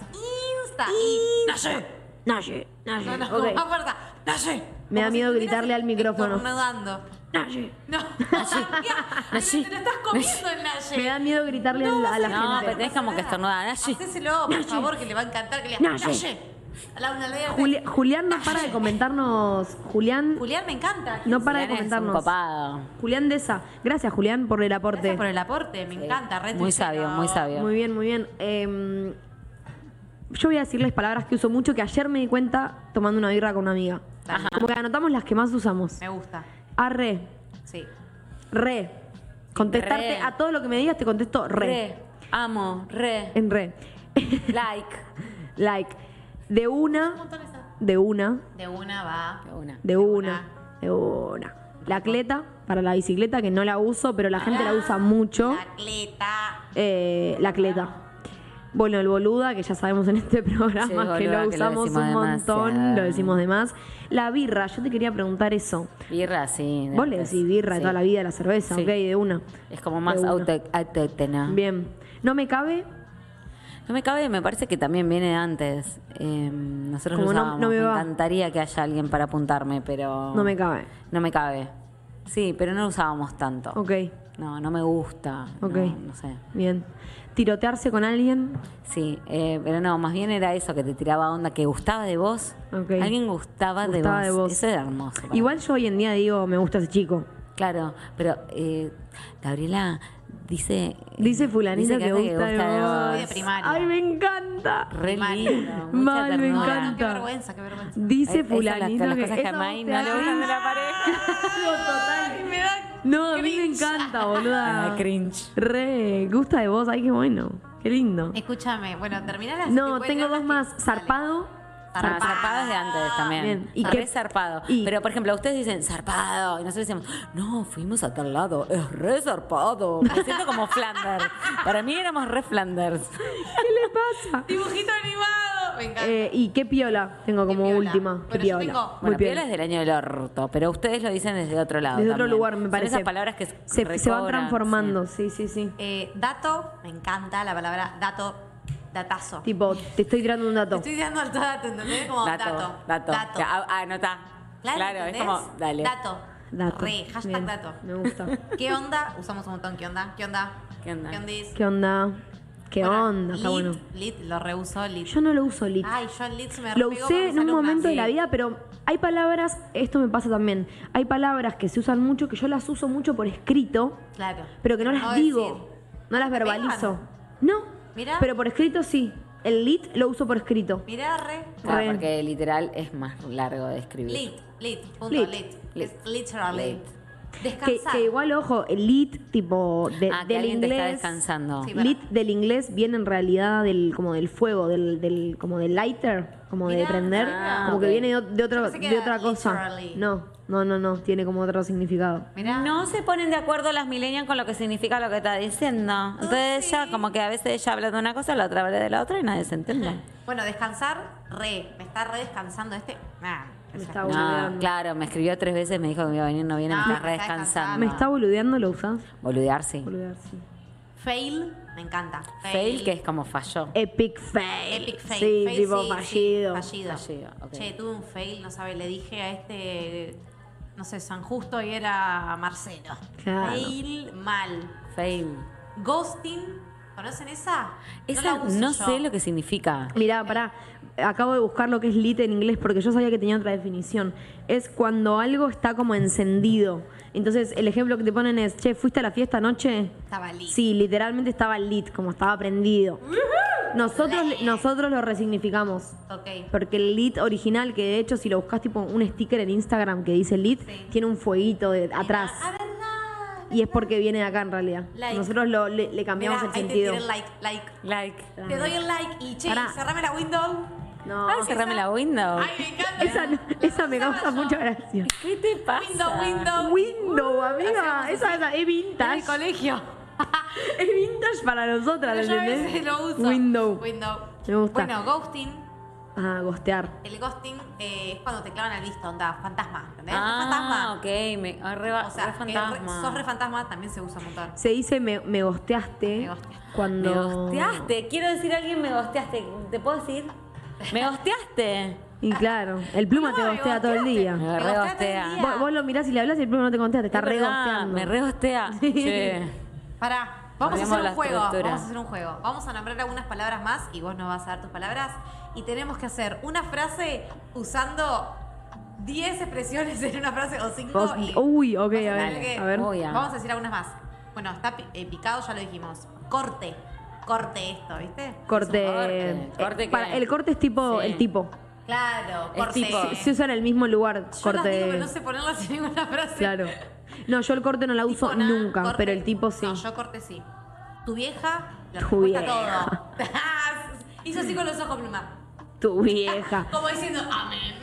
S1: insta. Y. ¡Naye!
S2: Naye, Naye.
S1: No, no,
S2: ok.
S1: no, guarda. ¡Naye!
S2: Me da
S1: Como
S2: miedo
S1: si estuvieras
S2: gritarle al micrófono.
S1: estornudando.
S2: Naye.
S1: No, Naye. Te lo estás comiendo el Naye.
S2: Me da miedo gritarle a la, a la
S3: No,
S2: gente.
S3: pero tenés como que estornudar. Naye.
S1: Hacéselo, por favor, que le va a encantar que le
S2: Naye.
S1: Naye. A la una de la-
S2: Juli- Julián no para de comentarnos. Julián
S1: Julián me encanta.
S2: no para de
S3: Julián es un
S2: comentarnos.
S3: copado.
S2: Julián Deza. Gracias, Julián, por el aporte.
S1: Gracias por el aporte, me encanta. re
S3: Muy
S1: tuitero.
S3: sabio, muy sabio.
S2: Muy bien, muy bien. Eh, yo voy a decirles palabras que uso mucho que ayer me di cuenta tomando una birra con una amiga.
S1: Dale.
S2: Como que anotamos las que más usamos.
S1: Me gusta,
S2: Arre,
S1: sí.
S2: re. Contestarte
S3: Re.
S2: a todo lo que me digas te contesto re.
S3: Re, amo, re,
S2: En re.
S3: like.
S2: like. De
S1: Un
S2: una,
S1: montón esa.
S2: de una,
S1: De una va.
S3: Una.
S2: de una, de una. La cleta para la bicicleta que no la uso, pero la gente la usa mucho.
S1: Atleta.
S2: Eh, la cleta. Bueno, el boluda, que ya sabemos en este
S3: Sí,
S2: programa
S3: boluda,
S2: que lo
S3: que lo
S2: usamos
S3: decimos
S2: un montón,
S3: demasiado.
S2: lo decimos de más. La birra, yo te quería preguntar eso.
S3: Birra, sí.
S2: Vos le decís birra de toda la vida, la cerveza,
S3: Sí.
S2: ok, de una.
S3: Es como más
S2: De una.
S3: auto- autóctona.
S2: Bien. No me cabe,
S3: No me cabe, me parece que también viene de antes. Eh, nosotros lo
S2: Como no-
S3: usábamos.
S2: no me
S3: me,
S2: va.
S3: encantaría que haya alguien para apuntarme, pero.
S2: no me cabe.
S3: No me cabe. Sí, pero no lo usábamos tanto.
S2: Ok,
S3: No, no me gusta. no,
S2: ok.
S3: No, sé.
S2: Bien. Tirotearse con alguien,
S3: Sí, eh, pero no, más bien era eso que te tiraba onda, que gustaba de vos.
S2: Ok.
S3: Alguien gustaba,
S2: Gustaba
S3: de,
S2: de
S3: vos.
S2: vos.
S3: Eso era hermoso. para
S2: Igual yo hoy en día digo, me gusta ese chico.
S3: Claro, pero eh, Gabriela Eh, dice.
S2: Dice fulanita que,
S3: dice hace
S2: gusta, de vos.
S1: Soy de primaria.
S2: Ay, me encanta.
S3: Re
S1: Primaria.
S3: lindo, mucha
S2: Mal, me
S1: No,
S3: ternura.
S1: qué
S2: encanta.
S1: vergüenza, qué vergüenza.
S3: Esas
S2: Dice
S3: son las-
S2: fulanito
S3: las
S2: que
S3: cosas que a May no le gustan de la pareja.
S1: Ay, me da
S2: No, a mí me
S1: cringe.
S2: encanta, boluda.
S3: Ah, cringe.
S2: Re, gusta de vos, ay, qué bueno. Qué lindo.
S1: Escúchame, bueno, terminás las
S2: No,
S1: te cuento
S2: tengo dos
S1: las
S2: más.
S1: que-
S2: Zarpado.
S3: Ah, zarpado es de antes también.
S2: Bien, ¿y
S3: Y
S2: qué-
S3: que es zarpado.
S2: y-
S3: Pero, por ejemplo, ustedes dicen zarpado. Y nosotros decimos, no, fuimos a tal lado. Es re zarpado. Me siento como Flanders. Para mí éramos re Flanders.
S2: ¿Qué le pasa?
S1: Dibujito animado. Me encanta.
S2: Eh, y qué piola tengo
S1: Qué
S2: como
S1: piola.
S2: última. Qué
S1: Bueno, yo
S2: piola.
S1: tengo-
S2: Muy
S3: Bueno,
S2: piola.
S3: piola es del año del orto, pero ustedes lo dicen desde otro lado.
S2: Desde otro
S3: también.
S2: lugar, me
S3: Son
S2: parece.
S3: esas palabras que
S2: se, se van
S3: recobran,
S2: transformando, sí, sí, sí.
S1: Eh, dato, me encanta la palabra dato, datazo.
S2: Tipo, te estoy tirando un
S1: Te
S2: dato.
S1: estoy dando al dato, ¿entendés? Como Oh, dato.
S3: Dato, dato.
S1: dato.
S3: Ah, ah, anotá.
S1: Claro,
S3: Claro, es
S1: ¿entendés?
S3: como, dale.
S1: Dato.
S2: Dato.
S1: Re, hashtag
S2: Bien,
S1: dato.
S2: Me gusta.
S1: ¿Qué onda? Usamos un montón. ¿Qué onda? ¿Qué onda?
S3: ¿Qué onda?
S1: ¿Qué ondis?
S2: ¿Qué onda? ¿Qué
S1: Bueno,
S2: onda? Está
S1: lit,
S2: bueno.
S1: Lit, lo reuso, lit.
S2: Yo no lo uso lit.
S1: Ay, yo el lit se me
S2: Lo
S1: repegó
S2: usé
S1: con mis
S2: en un
S1: alumnas,
S2: momento de
S1: sí.
S2: la vida, pero hay palabras, esto me pasa también, hay palabras que se usan mucho, que yo las uso mucho por escrito,
S1: Claro.
S2: pero que no las digo, no las
S1: pegan?
S2: verbalizo. No,
S1: Mirá.
S2: pero por escrito sí. El lit lo uso por escrito.
S1: Mirá, re.
S3: Claro,
S2: Re.
S3: Ah, porque literal es más largo de escribir.
S1: Lit, lit, punto,
S2: Lit.
S1: lit.
S3: Lit.
S1: Es literally.
S3: Lit.
S2: Que,
S1: Descansar.
S2: que igual, ojo, el lit tipo de-
S3: Ah, que
S2: del
S3: alguien te está
S2: inglés.
S3: descansando.
S1: Sí.
S2: Lit del inglés viene en realidad del como del fuego, del, del como del lighter, como de
S1: Mirá,
S2: prender,
S1: ah,
S2: como
S3: ok.
S2: que viene de, de otro-
S1: Yo pensé que
S2: de
S1: era
S2: otra cosa.
S1: literally.
S2: No, no, no, no, tiene como otro significado.
S1: Mirá.
S3: No se ponen de acuerdo las millennials con lo que significa lo que está diciendo. Entonces ella, como que a veces ella habla de una cosa, la otra habla de la otra y nadie se entiende.
S1: Bueno, descansar, re. Me está re descansando este. Nah,
S2: Me
S1: o sea,
S2: está
S3: No,
S2: boludeando.
S3: claro, me escribió tres veces, me dijo que me iba a venir, no viene,
S1: No,
S3: me
S1: está
S3: está redescansando.
S2: Me está boludeando, lo usás.
S3: Boludear, sí.
S2: Boludear, sí.
S1: Fail, me encanta.
S3: Fail, que es como falló.
S2: Epic fail.
S1: Epic fail.
S2: Sí,
S1: Fail,
S2: tipo
S1: sí, sí,
S2: fallido.
S1: fallido.
S3: Fallido, ok.
S1: Che, tuve un fail, no sabe, le dije a este, no sé, San Justo y era Marcelo.
S2: Claro.
S1: Fail mal.
S3: Fail.
S1: Ghosting, ¿Conocen esa?
S3: Esa no, sé lo que significa.
S2: Mirá, pará. Acabo de buscar lo que es lit en inglés porque yo sabía que tenía otra definición. Es cuando algo está como encendido. Entonces, el ejemplo que te ponen es, che, ¿fuiste a la fiesta anoche?
S1: Estaba lit.
S2: Sí, literalmente estaba lit, como estaba prendido. Nosotros, nosotros lo resignificamos.
S1: Ok.
S2: Porque el lit original, que de hecho, si lo buscas tipo un sticker en Instagram que dice lit,
S1: Sí.
S2: tiene un fueguito de atrás.
S1: Ah, verdad.
S2: Y es porque viene de acá en realidad.
S1: Like.
S2: Nosotros lo- le, le cambiamos
S1: Mirá,
S2: el
S1: ahí
S2: sentido.
S1: Te tiré el like, like.
S3: Like.
S1: Te doy el like y che,
S2: Pará.
S1: cerrame la window.
S2: No.
S3: Ay, Ah, cerrame la window.
S1: Ay, me encanta.
S2: Esa, no- esa me
S1: Usaba
S2: causa
S1: yo.
S2: mucha gracia.
S3: ¿Qué te
S1: Window,
S3: pasa?
S1: window. Uh,
S2: Window,
S1: hacemos
S2: amiga. Esa, esa es
S1: En el
S2: vintage.
S1: colegio.
S2: Es vintage para nosotras,
S1: Pero yo a veces
S2: ¿entendés?
S1: lo uso.
S2: Window.
S1: Window.
S2: Me gusta.
S1: Bueno, ghosting.
S2: Ah, gostear.
S1: El ghosting eh, es cuando te clavan al visto, onda, fantasma. ¿Entendés?
S3: Ah,
S1: fantasma.
S3: ok. Me, ah, re,
S1: O sea,
S3: re fantasma.
S1: que re- sos re fantasma, también se usa un montón.
S2: Se dice me, me gosteaste.
S1: Me gosteaste.
S2: Cuando.
S3: Me gosteaste. Quiero decir a alguien me gosteaste. ¿Te puedo decir? Me gosteaste.
S2: Y claro, el pluma te
S1: Pluma, me
S2: gostea todo el
S1: gosteaste.
S2: día.
S3: Me
S1: Me
S3: re
S1: gostea todo el
S3: gostea.
S1: día.
S2: Vos, vos lo mirás y le hablas y el pluma no te contesta, te está
S3: Es
S2: re
S3: verdad,
S2: gosteando.
S3: Me re gostea. Che.
S1: Pará, vamos a
S3: Hablemos
S1: hacer un
S3: la
S1: juego.
S3: estructura.
S1: Vamos a hacer un juego. Vamos a nombrar algunas palabras más y vos nos vas a dar tus palabras. Y tenemos que hacer una frase usando 10 expresiones en una frase o 5.
S2: Vos- uy, ok, a ver, a ver.
S3: Uy, a-
S1: Vamos a decir algunas más. Bueno, está pi- eh, picado, ya lo dijimos. Corte. Corte esto, ¿viste?
S2: Corte.
S3: Es un corte. ¿Corte
S2: eh, para-
S3: qué?
S2: el corte es tipo
S3: Sí.
S2: el tipo.
S1: Claro,
S3: Es
S1: corte.
S3: tipo-
S1: Yo
S2: Se usa en el mismo lugar.
S1: las
S2: corte.
S1: digo, pero no sé ponerlas en ninguna frase.
S2: Claro. No, yo el corte no la
S1: Tipo,
S2: uso
S1: nah,
S2: nunca,
S1: corte.
S2: pero el tipo sí.
S1: No, yo corte sí. Tu vieja, la
S2: Tu
S1: respuesta
S2: vieja.
S1: a todo. Hizo así con los ojos, pluma.
S2: Tu vieja.
S1: Como diciendo, amén.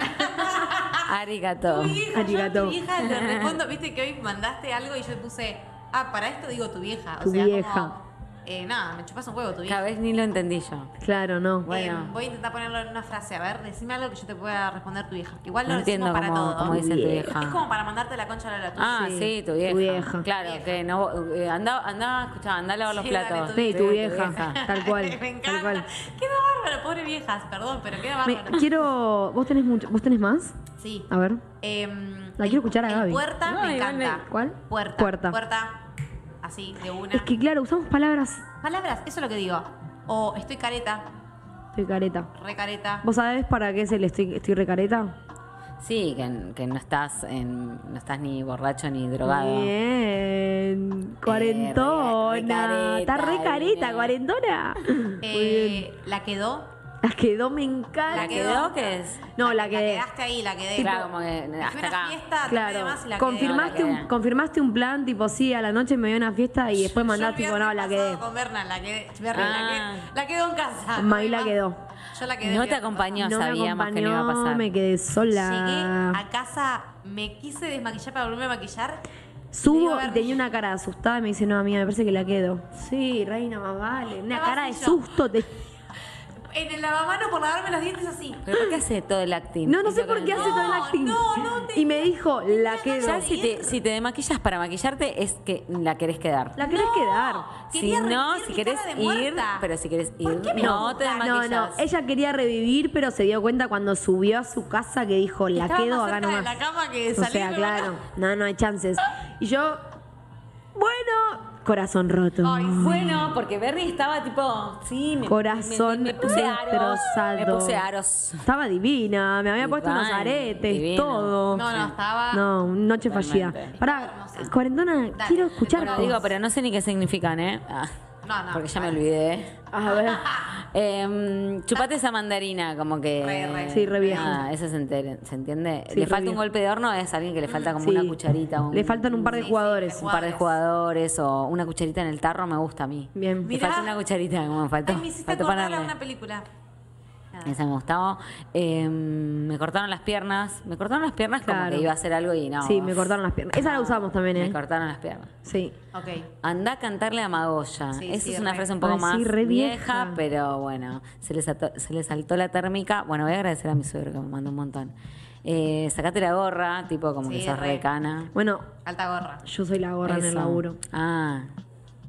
S3: Arigato.
S1: Tu vieja, yo a
S2: Ah, Arigato.
S1: tu vieja le respondo, viste que hoy mandaste algo y yo puse, ah, para esto digo tu vieja. O
S2: Tu
S1: sea,
S2: vieja.
S1: como, eh, nada, me chupas un huevo tu
S3: Cada
S1: vieja. Eh,
S3: vez ni lo entendí yo.
S2: Claro, no.
S3: bueno.
S1: voy a intentar ponerlo en una frase, a ver, decime algo que yo te pueda responder tu vieja. Igual
S3: No
S1: lo decimos
S3: entiendo
S1: para
S3: cómo,
S1: todo.
S3: cómo dice tu
S2: Bien.
S3: vieja.
S1: Es como para mandarte la concha a la tuya.
S3: Ah,
S2: Sí,
S3: sí, tu, vieja.
S2: tu vieja.
S3: Claro,
S1: Vieja.
S3: que no. eh, andá, andá, escuchá, andá a lavar los
S1: Sí, dale,
S3: platos.
S2: Sí, tu vieja.
S3: vieja.
S2: Tal cual.
S1: me
S2: Tal
S1: encanta.
S2: cual.
S1: Queda bárbaro, pobre viejas, perdón, pero queda
S2: Me-
S1: bárbaro.
S2: quiero. ¿Vos tenés mucho? ¿Vos tenés más?
S1: Sí.
S2: A ver.
S1: Em,
S2: La quiero escuchar a
S1: el
S2: Gaby.
S1: Puerta
S3: No,
S1: me
S3: igual me-
S1: encanta.
S2: ¿Cuál?
S1: Puerta.
S2: Puerta.
S1: Así, de una.
S2: Es que claro, usamos palabras
S1: Palabras, eso es lo que digo. O estoy careta,
S2: Estoy careta.
S1: re careta.
S2: ¿Vos sabés para qué es el estoy, estoy recareta?
S3: Sí, que, que no estás en, no estás ni borracho ni drogado.
S1: Eh,
S2: Bien.
S3: re
S2: Cuarentona.
S3: careta,
S2: Está re careta,
S3: bien.
S2: cuarentona.
S1: Eh, la quedó.
S2: La quedó, me
S3: ¿La
S2: encanta.
S3: quedó que es?
S2: No, la
S1: La
S2: quedé.
S1: quedaste ahí, la quedé.
S3: Claro, como que
S1: Me fui a
S3: hasta
S1: una
S3: acá.
S1: fiesta,
S2: Claro.
S1: Más y la
S2: confirmaste,
S1: quedé.
S3: No, la
S2: un,
S3: quedé.
S2: confirmaste un plan, tipo, sí, a la noche me voy a una fiesta y después
S1: Yo el
S2: mandaste, tipo,
S1: viernes
S2: no, la
S1: pasado
S2: quedé.
S1: Con Berna, la quedé. Berna, la
S3: Ah.
S1: quedé. La quedó en casa.
S2: Maí la
S1: Además,
S2: quedó.
S1: Yo la quedé.
S3: No
S1: el
S3: te
S1: viernes
S3: acompañó,
S2: me
S3: sabíamos que no iba a
S2: acompañó,
S3: pasar.
S2: Me quedé
S1: pasado. Llegué
S2: sola.
S1: a casa, me quise desmaquillar para volverme a maquillar. Le digo
S2: Subo
S1: a
S2: y
S1: Berna,
S2: tenía una cara asustada y me dice, no, amiga, me parece que la quedo. Sí, reina, más vale. Una
S1: Estaba
S2: cara de
S1: así yo.
S2: susto. te-
S1: En el lavamano por lavarme los dientes así.
S3: ¿Pero por qué hace todo el acting?
S2: No, no sé por qué hace todo el
S1: No,
S2: acting.
S1: no, no, te-
S2: y me dijo, la quedo.
S3: Ya si te, si te maquillas para maquillarte es que la querés quedar.
S2: La querés quedar.
S3: Si
S1: Quería
S3: no,
S1: revivir
S3: si
S1: mi
S3: querés
S1: cara de
S3: ir,
S1: muerta.
S3: pero si querés ir,
S1: qué me
S3: no te
S1: gusta?
S2: No,
S3: desmaquillas.
S2: no, ella quería revivir, pero se dio cuenta cuando subió a su casa que dijo, la
S1: Estaba
S2: quedo
S1: más
S2: acá
S1: cerca de
S2: nomás.
S1: la cama que de
S2: O
S1: salir
S2: sea,
S1: de la
S2: claro, no, no hay chances. Y yo, bueno, corazón roto.
S1: Ay,
S3: Bueno, porque Bernie estaba tipo, sí, me,
S2: Corazón
S3: me, me puse aros, me
S2: destrozado.
S3: puse aros.
S2: Estaba divina, me había puesto
S3: Divine,
S2: unos aretes,
S3: divina.
S2: todo.
S1: No, no, estaba.
S2: No, noche fallida.
S3: Totalmente.
S2: Pará,
S1: Hermosa.
S2: cuarentona,
S1: Dale,
S2: quiero
S1: te
S2: escucharte.
S3: Bueno, digo, pero no sé ni qué significan, ¿eh? Ah,
S1: No, no,
S3: Porque ya me
S1: vale.
S3: olvidé.
S1: Ah,
S2: A ver,
S3: Eh, chupate esa mandarina, como que.
S1: Re, re.
S2: Sí, re viejo.
S3: Ah, esa se, enter- se entiende.
S2: Sí,
S3: le
S2: re
S3: falta un
S2: viejo.
S3: golpe de horno, es alguien que le falta como
S2: Sí.
S3: una cucharita. Un,
S2: Le faltan un par de
S1: sí,
S2: jugadores.
S1: sí,
S3: un par de
S1: jugadores.
S3: jugadores o una cucharita en el tarro, me gusta a mí.
S2: Bien.
S3: Me falta
S1: Mirá.
S3: una cucharita, como me faltó.
S1: Ay, me hiciste
S3: faltó
S1: acordar a
S3: ponerle.
S1: una película. Nada.
S3: Esa me gustaba. Eh, me cortaron las piernas. Me cortaron las piernas como
S2: Claro.
S3: que iba a hacer algo y no.
S2: Sí, me cortaron las piernas.
S1: Ah.
S2: Esa la usamos también,
S3: Me
S2: ¿eh?
S3: cortaron las piernas.
S2: Sí.
S1: Ok.
S3: Anda a cantarle a Magoya.
S1: Sí,
S3: Esa
S1: sí,
S3: es una
S1: re.
S3: frase un poco
S2: Ay,
S3: más
S2: sí, re
S3: vieja,
S2: vieja.
S3: pero bueno, se le, saltó, se le saltó la térmica. Bueno, voy a agradecer a mi suegro que me mandó un montón. Eh, sacate la gorra, tipo como
S1: Sí,
S3: que sos
S1: re.
S3: recana.
S2: Bueno,
S1: Alta gorra.
S2: yo soy la gorra en el
S3: Eso.
S2: laburo.
S3: Ah,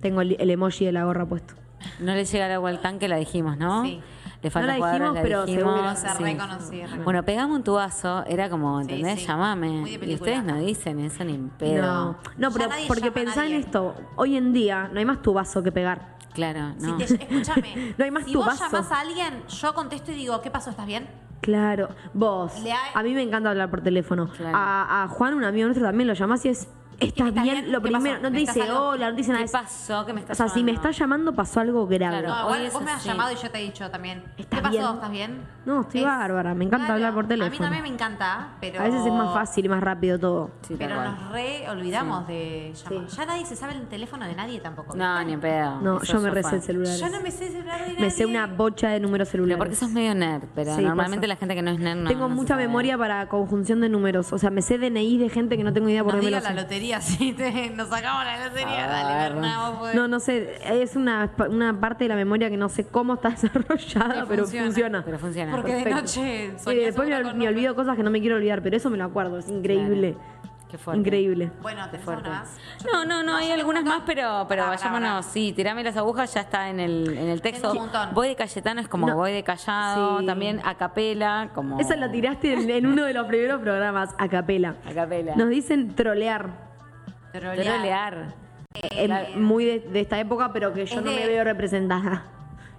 S2: Tengo el, el emoji de la gorra puesto.
S3: no le llega el agua al tanque, la dijimos, ¿no?
S1: Sí.
S3: Le falta
S2: No la dijimos, pero seguro.
S1: Pero se reconocí, re-
S3: Ah, Bueno, pegame un tubazo, era como,
S1: Sí,
S3: ¿entendés?
S1: sí.
S3: Llamame.
S1: Muy de
S3: Y
S1: película.
S3: ustedes no dicen eso ni en pedo.
S2: No, no
S1: Ya
S2: pero
S1: nadie
S2: porque
S1: llama a
S2: pensá en
S1: nadie.
S2: esto. Hoy en día no hay más tu vaso que pegar.
S3: Claro,
S1: Si
S3: no.
S1: te- escúchame,
S2: No hay más
S1: si
S2: tu
S1: vos
S2: vaso.
S1: llamás a alguien, yo contesto y digo, ¿qué pasó? ¿Estás bien?
S2: Claro, vos.
S1: Le ha-
S2: A mí me encanta hablar por teléfono.
S3: Claro.
S2: A, a Juan, un amigo nuestro, también lo llamás y es, ¿estás
S1: ¿Estás
S2: bien?
S1: bien?
S2: Lo
S1: ¿Qué
S2: primero,
S1: pasó?
S2: no te
S1: ¿Necesitas
S2: dice
S1: algo?
S2: hola, no te dice nada.
S3: ¿Qué
S2: es-
S3: pasó? ¿Qué me
S2: o
S3: estás
S2: sea, si me
S3: llamando?
S2: está llamando, pasó algo grave.
S1: No,
S3: Claro.
S1: igual
S3: hoy es
S1: vos me has
S3: así.
S1: llamado y yo te he dicho también.
S2: ¿Estás
S1: ¿Qué pasó?
S2: bien?
S1: ¿Estás bien?
S2: No, estoy bárbara, me encanta hablar por
S1: A mí
S2: teléfono.
S1: también me encanta, pero.
S2: A veces es más fácil y más rápido todo.
S3: Sí, tal
S1: pero
S3: cual.
S1: nos re olvidamos de llamar. Ya nadie se sabe el teléfono de nadie tampoco.
S3: No, ni en pedo.
S2: No,
S3: Eso
S2: yo me
S3: yo
S2: recé
S3: fan.
S2: el celular.
S1: Yo no me sé el celular de nadie.
S2: Me sé una bocha de números
S3: Pero
S2: celulares.
S3: porque sos medio nerd, pero
S2: Sí,
S3: normalmente
S2: pasa.
S3: la gente que no es nerd no.
S2: tengo
S3: no se
S2: mucha
S3: sabe.
S2: memoria para conjunción de números. O sea, me sé DNI de gente que no tengo idea por
S1: Nos
S2: qué me
S1: diga
S2: lo
S1: la
S2: sé.
S1: lotería, sí. te- nos sacamos la lotería.
S3: A
S1: Dale, pues.
S3: ver.
S1: Berna, vos podés.
S2: No, no sé. Es una, una parte de la memoria que no sé cómo está desarrollada,
S1: Sí,
S2: pero
S1: funciona.
S2: funciona.
S3: Pero funciona.
S1: Porque de
S2: perfecto.
S1: noche.
S2: Y
S1: soñás
S2: después me,
S1: una
S2: ol-
S1: con
S2: me
S1: otra.
S2: olvido cosas que no me quiero olvidar, pero eso me lo acuerdo. Es increíble.
S3: Qué fuerte.
S2: Increíble.
S1: Bueno, ¿tenés
S3: fuerte.
S1: una más? Yo
S3: No,
S1: tengo-
S3: no, no,
S1: yo
S3: hay
S1: tengo
S3: algunas
S1: un montón.
S3: más, pero, pero
S1: Pará, pará,
S3: vayámonos.
S1: pará.
S3: Sí, tirame las agujas, ya está en el, en el texto.
S1: un montón.
S3: Voy de Cayetano es como
S2: No.
S3: voy de callado,
S2: Sí.
S3: también a capela, como.
S2: Esa la tiraste en, en uno de los primeros programas, a capela.
S3: A capela.
S2: Nos dicen trolear.
S1: Trolear.
S3: Trolear.
S2: Es muy de, de esta época, pero que yo
S1: Es
S2: no me
S1: de-
S2: veo representada.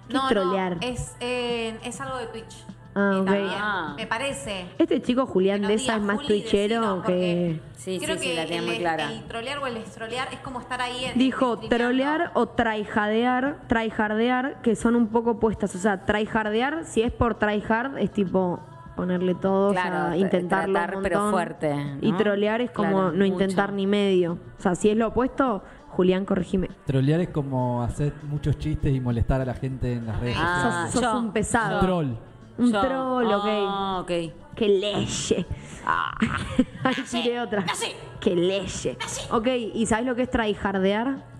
S2: ¿Qué
S1: No,
S2: es trolear?
S1: no, es, eh, es algo de Twitch.
S2: Ah,
S1: Y
S2: ok.
S1: también,
S3: Ah.
S1: Me parece.
S2: Este chico Julián de esa es más
S1: twitchero
S2: twitchero que.
S3: Sí, sí, sí, la tiene
S1: el,
S3: muy clara.
S1: El trolear o el estrolear es como estar ahí en.
S2: Dijo
S1: streameando.
S2: trolear o traijadear, traijardear, que son un poco opuestas. O sea, traijardear, si es por traihard, es tipo ponerle todo, o sea,
S3: Claro, tra-
S2: intentarlo. un
S3: tratar, pero
S2: montón.
S3: fuerte,
S2: Y
S3: ¿no?
S2: trolear es como
S3: Claro,
S2: no intentar
S3: mucho.
S2: ni medio. O sea, si es lo opuesto, Julián, corregime.
S4: Trolear es como hacer muchos chistes y molestar a la gente en las redes
S3: Ah,
S4: sociales.
S2: sos sos
S3: yo,
S2: un pesado.
S4: Un troll.
S2: Un
S3: Yo.
S2: troll, ok.
S3: Ah, ok.
S2: Que leye.
S1: Ah.
S2: Ahí tiré otra. Que leye. Ok, ¿y sabes lo que es traijardear?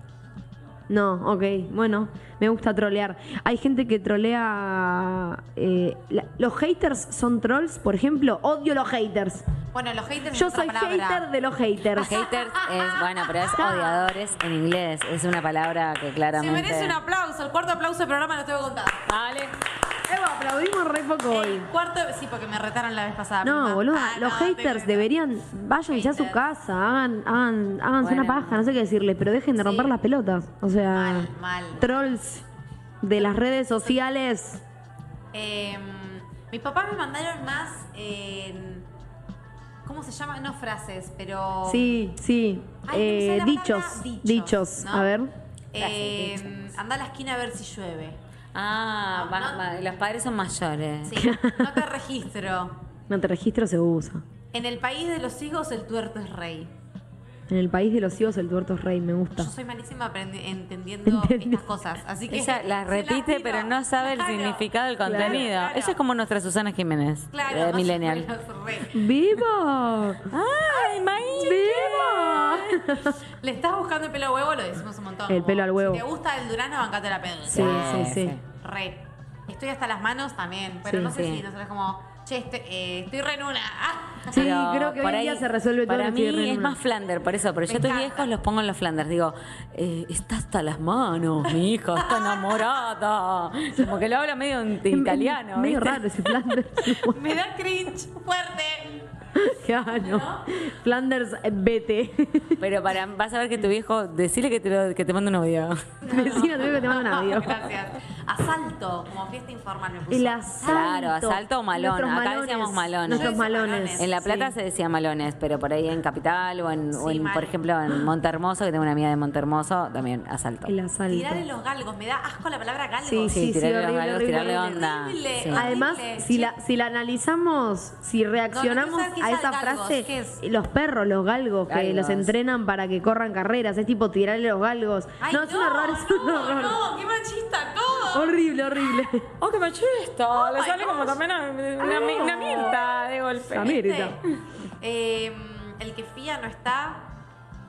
S2: No, ok, bueno, me gusta trolear. Hay gente que trolea. eh, la- ¿Los haters son trolls, por ejemplo? Odio los haters.
S1: Bueno, los haters.
S2: Yo
S1: es otra
S2: soy
S1: palabra.
S2: hater de los haters. Eh,
S3: Haters es, bueno, pero es odiadores en inglés. Es una palabra que
S1: Se
S3: claramente.
S1: merece un aplauso. El cuarto aplauso del programa lo tengo contado.
S3: Dale.
S2: Eva, aplaudimos re poco hoy.
S1: El cuarto. Sí, porque me retaron la vez pasada.
S2: No,
S1: prima.
S2: boluda,
S1: Ah,
S2: los
S1: no,
S2: haters
S1: te-
S2: deberían, vayan ya a su
S1: Haters.
S2: casa, hagan, hagan, háganse
S3: Bueno.
S2: una paja, no sé qué decirles, pero dejen de romper las pelotas. O sea,
S1: Mal, mal.
S2: trolls de las redes sociales.
S1: Eh, mis papás me mandaron más. eh, ¿Cómo se llama? No frases, pero.
S2: Sí, sí.
S1: Ay, no me sale
S2: Eh,
S1: la
S2: dichos,
S1: palabra.
S2: dichos,
S1: ¿no?
S2: A ver.
S1: Eh,
S3: Frases,
S1: anda a la esquina a ver si llueve.
S3: Ah, va- va- los padres son mayores.
S1: Sí, no te registro.
S2: No te registro, se usa.
S1: En el país de los higos el tuerto es rey.
S2: En el país de los higos el tuerto es rey, me gusta.
S1: Yo soy malísima aprendi- entendiendo
S2: Entendí.
S1: estas cosas. Así que
S3: Ella la
S1: se
S3: repite,
S1: tiro.
S3: pero no sabe el
S1: Claro.
S3: significado del
S2: Claro.
S3: contenido.
S1: Claro.
S3: Ella es como nuestra Susana Jiménez,
S1: Claro,
S3: de
S1: más
S3: Millennial.
S1: o menos, re.
S2: ¡Vivo!
S3: ¡Ay, maíz!
S2: ¡Vivo!
S1: Le estás buscando el pelo al huevo, lo decimos un montón.
S2: El
S1: como,
S2: pelo al huevo.
S1: Si te gusta el durano, bancate la pedo.
S2: Sí, sí, sí.
S3: sí.
S1: Re. Estoy hasta las manos también, pero
S2: Sí,
S1: no sé
S3: sí.
S1: si nosotros como, che, estoy, eh, estoy re en una. Ah.
S2: Sí,
S3: Pero
S2: creo que hoy
S3: por
S2: en
S3: ahí-
S2: día se resuelve todo
S3: Para
S2: en
S3: mí
S2: tierra en
S3: es
S2: una.
S3: más Flander, por eso. Pero yo
S1: Me
S3: a tus
S1: encanta.
S3: viejos los pongo en los Flanders. Digo, eh, está hasta las manos, mi hija, está enamorada. Como que lo habla medio en en italiano.
S2: Medio
S3: ¿viste?
S2: raro ese Flanders.
S1: Me da cringe fuerte.
S2: Claro. Flanders, eh, vete.
S3: Pero para, vas a ver que tu viejo, decile que te, lo- que te mande un audio.
S2: Vecino, te veo que te mando un audio.
S1: Gracias. Asalto, como fiesta informal me puso.
S2: El asalto.
S3: Claro, asalto o malón.
S2: Nuestros
S3: Acá decíamos malones.
S1: Yo
S2: Nuestros
S1: hice
S2: malones.
S1: malones.
S3: En La Plata se decía malones, pero por ahí en Capital o en, o
S1: Sí,
S3: en,
S1: mal.
S3: por ejemplo, en Montermoso, que tengo una amiga de Montermoso, también asalto.
S2: El asalto.
S1: Tirarle los galgos, me da asco la palabra galgos.
S2: Sí, sí,
S3: Sí, tirarle
S2: horrible,
S3: los galgos,
S2: horrible,
S3: tirarle
S2: horrible.
S3: onda.
S1: Horrible.
S3: Sí.
S1: Ay,
S2: Además,
S1: horrible,
S2: si
S1: che.
S2: la, si la analizamos, si reaccionamos
S1: No, no, no,
S2: a
S1: no,
S2: esa
S1: galgos,
S2: frase,
S1: ¿qué es?
S2: los perros, los galgos, que
S3: Galgos.
S2: los entrenan para que corran carreras, es tipo tirarle los galgos.
S1: Ay,
S2: no, es un error, es un
S1: no,
S2: error.
S1: No, qué machista, no.
S2: Horrible, horrible.
S3: ¡Oh, qué machista!
S1: Le my sale como
S3: también una, mierda de golpe.
S2: América.
S1: Eh, el que fía no está.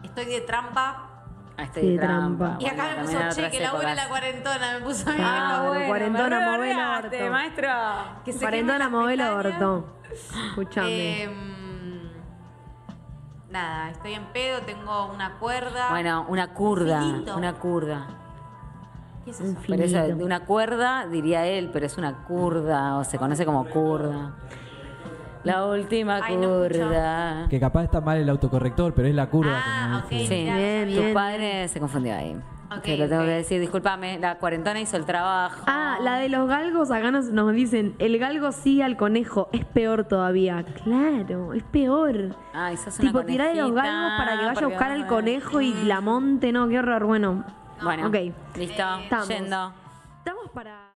S1: Estoy de trampa.
S3: estoy
S2: Sí,
S3: Ah, este de
S2: trampa.
S3: trampa.
S1: Y acá me
S3: Bueno,
S1: puso,
S3: también
S1: che,
S3: otras
S1: que labura
S3: épocas.
S1: la cuarentona. Me puso mi
S2: Ah,
S1: viejo.
S2: bueno, cuarentona,
S3: me
S2: move el
S3: arruinaste,
S2: orto.
S3: maestro.
S1: Que se
S2: Cuarentona,
S1: quemen las
S2: mover el
S1: pestañas.
S2: orto. Escuchame.
S1: Eh, nada, estoy en pedo, tengo una cuerda.
S3: Bueno, una curda,
S1: Filito.
S3: una curda.
S1: ¿Qué es
S2: un
S1: eso?
S3: Pero eso, de
S2: finito.
S3: una cuerda diría él, pero es una curda, o se conoce como curda. La última
S1: Ay, no
S3: curda.
S4: Que capaz está mal el autocorrector, pero es la curva.
S1: Ah,
S4: como
S1: ok.
S4: dice.
S3: Sí,
S1: mirá, no
S2: Bien,
S1: sabía.
S3: tu
S2: bien.
S3: padre se confundió ahí.
S1: Ok,
S3: Te lo tengo
S1: ok.
S3: que decir, discúlpame, la cuarentona hizo el trabajo.
S2: Ah, la de los galgos, acá nos, nos dicen, el galgo sigue al conejo, es peor todavía. Claro, es peor.
S3: Ay, sos Ah, una
S2: tipo, tirar de los
S3: conejita,
S2: galgos para que vaya
S3: porque
S2: a buscar al
S3: vamos
S2: conejo y la monte, no, qué horror. Bueno,
S3: Bueno,
S2: ok.
S3: listo,
S2: Estamos.
S3: yendo.
S2: Estamos para...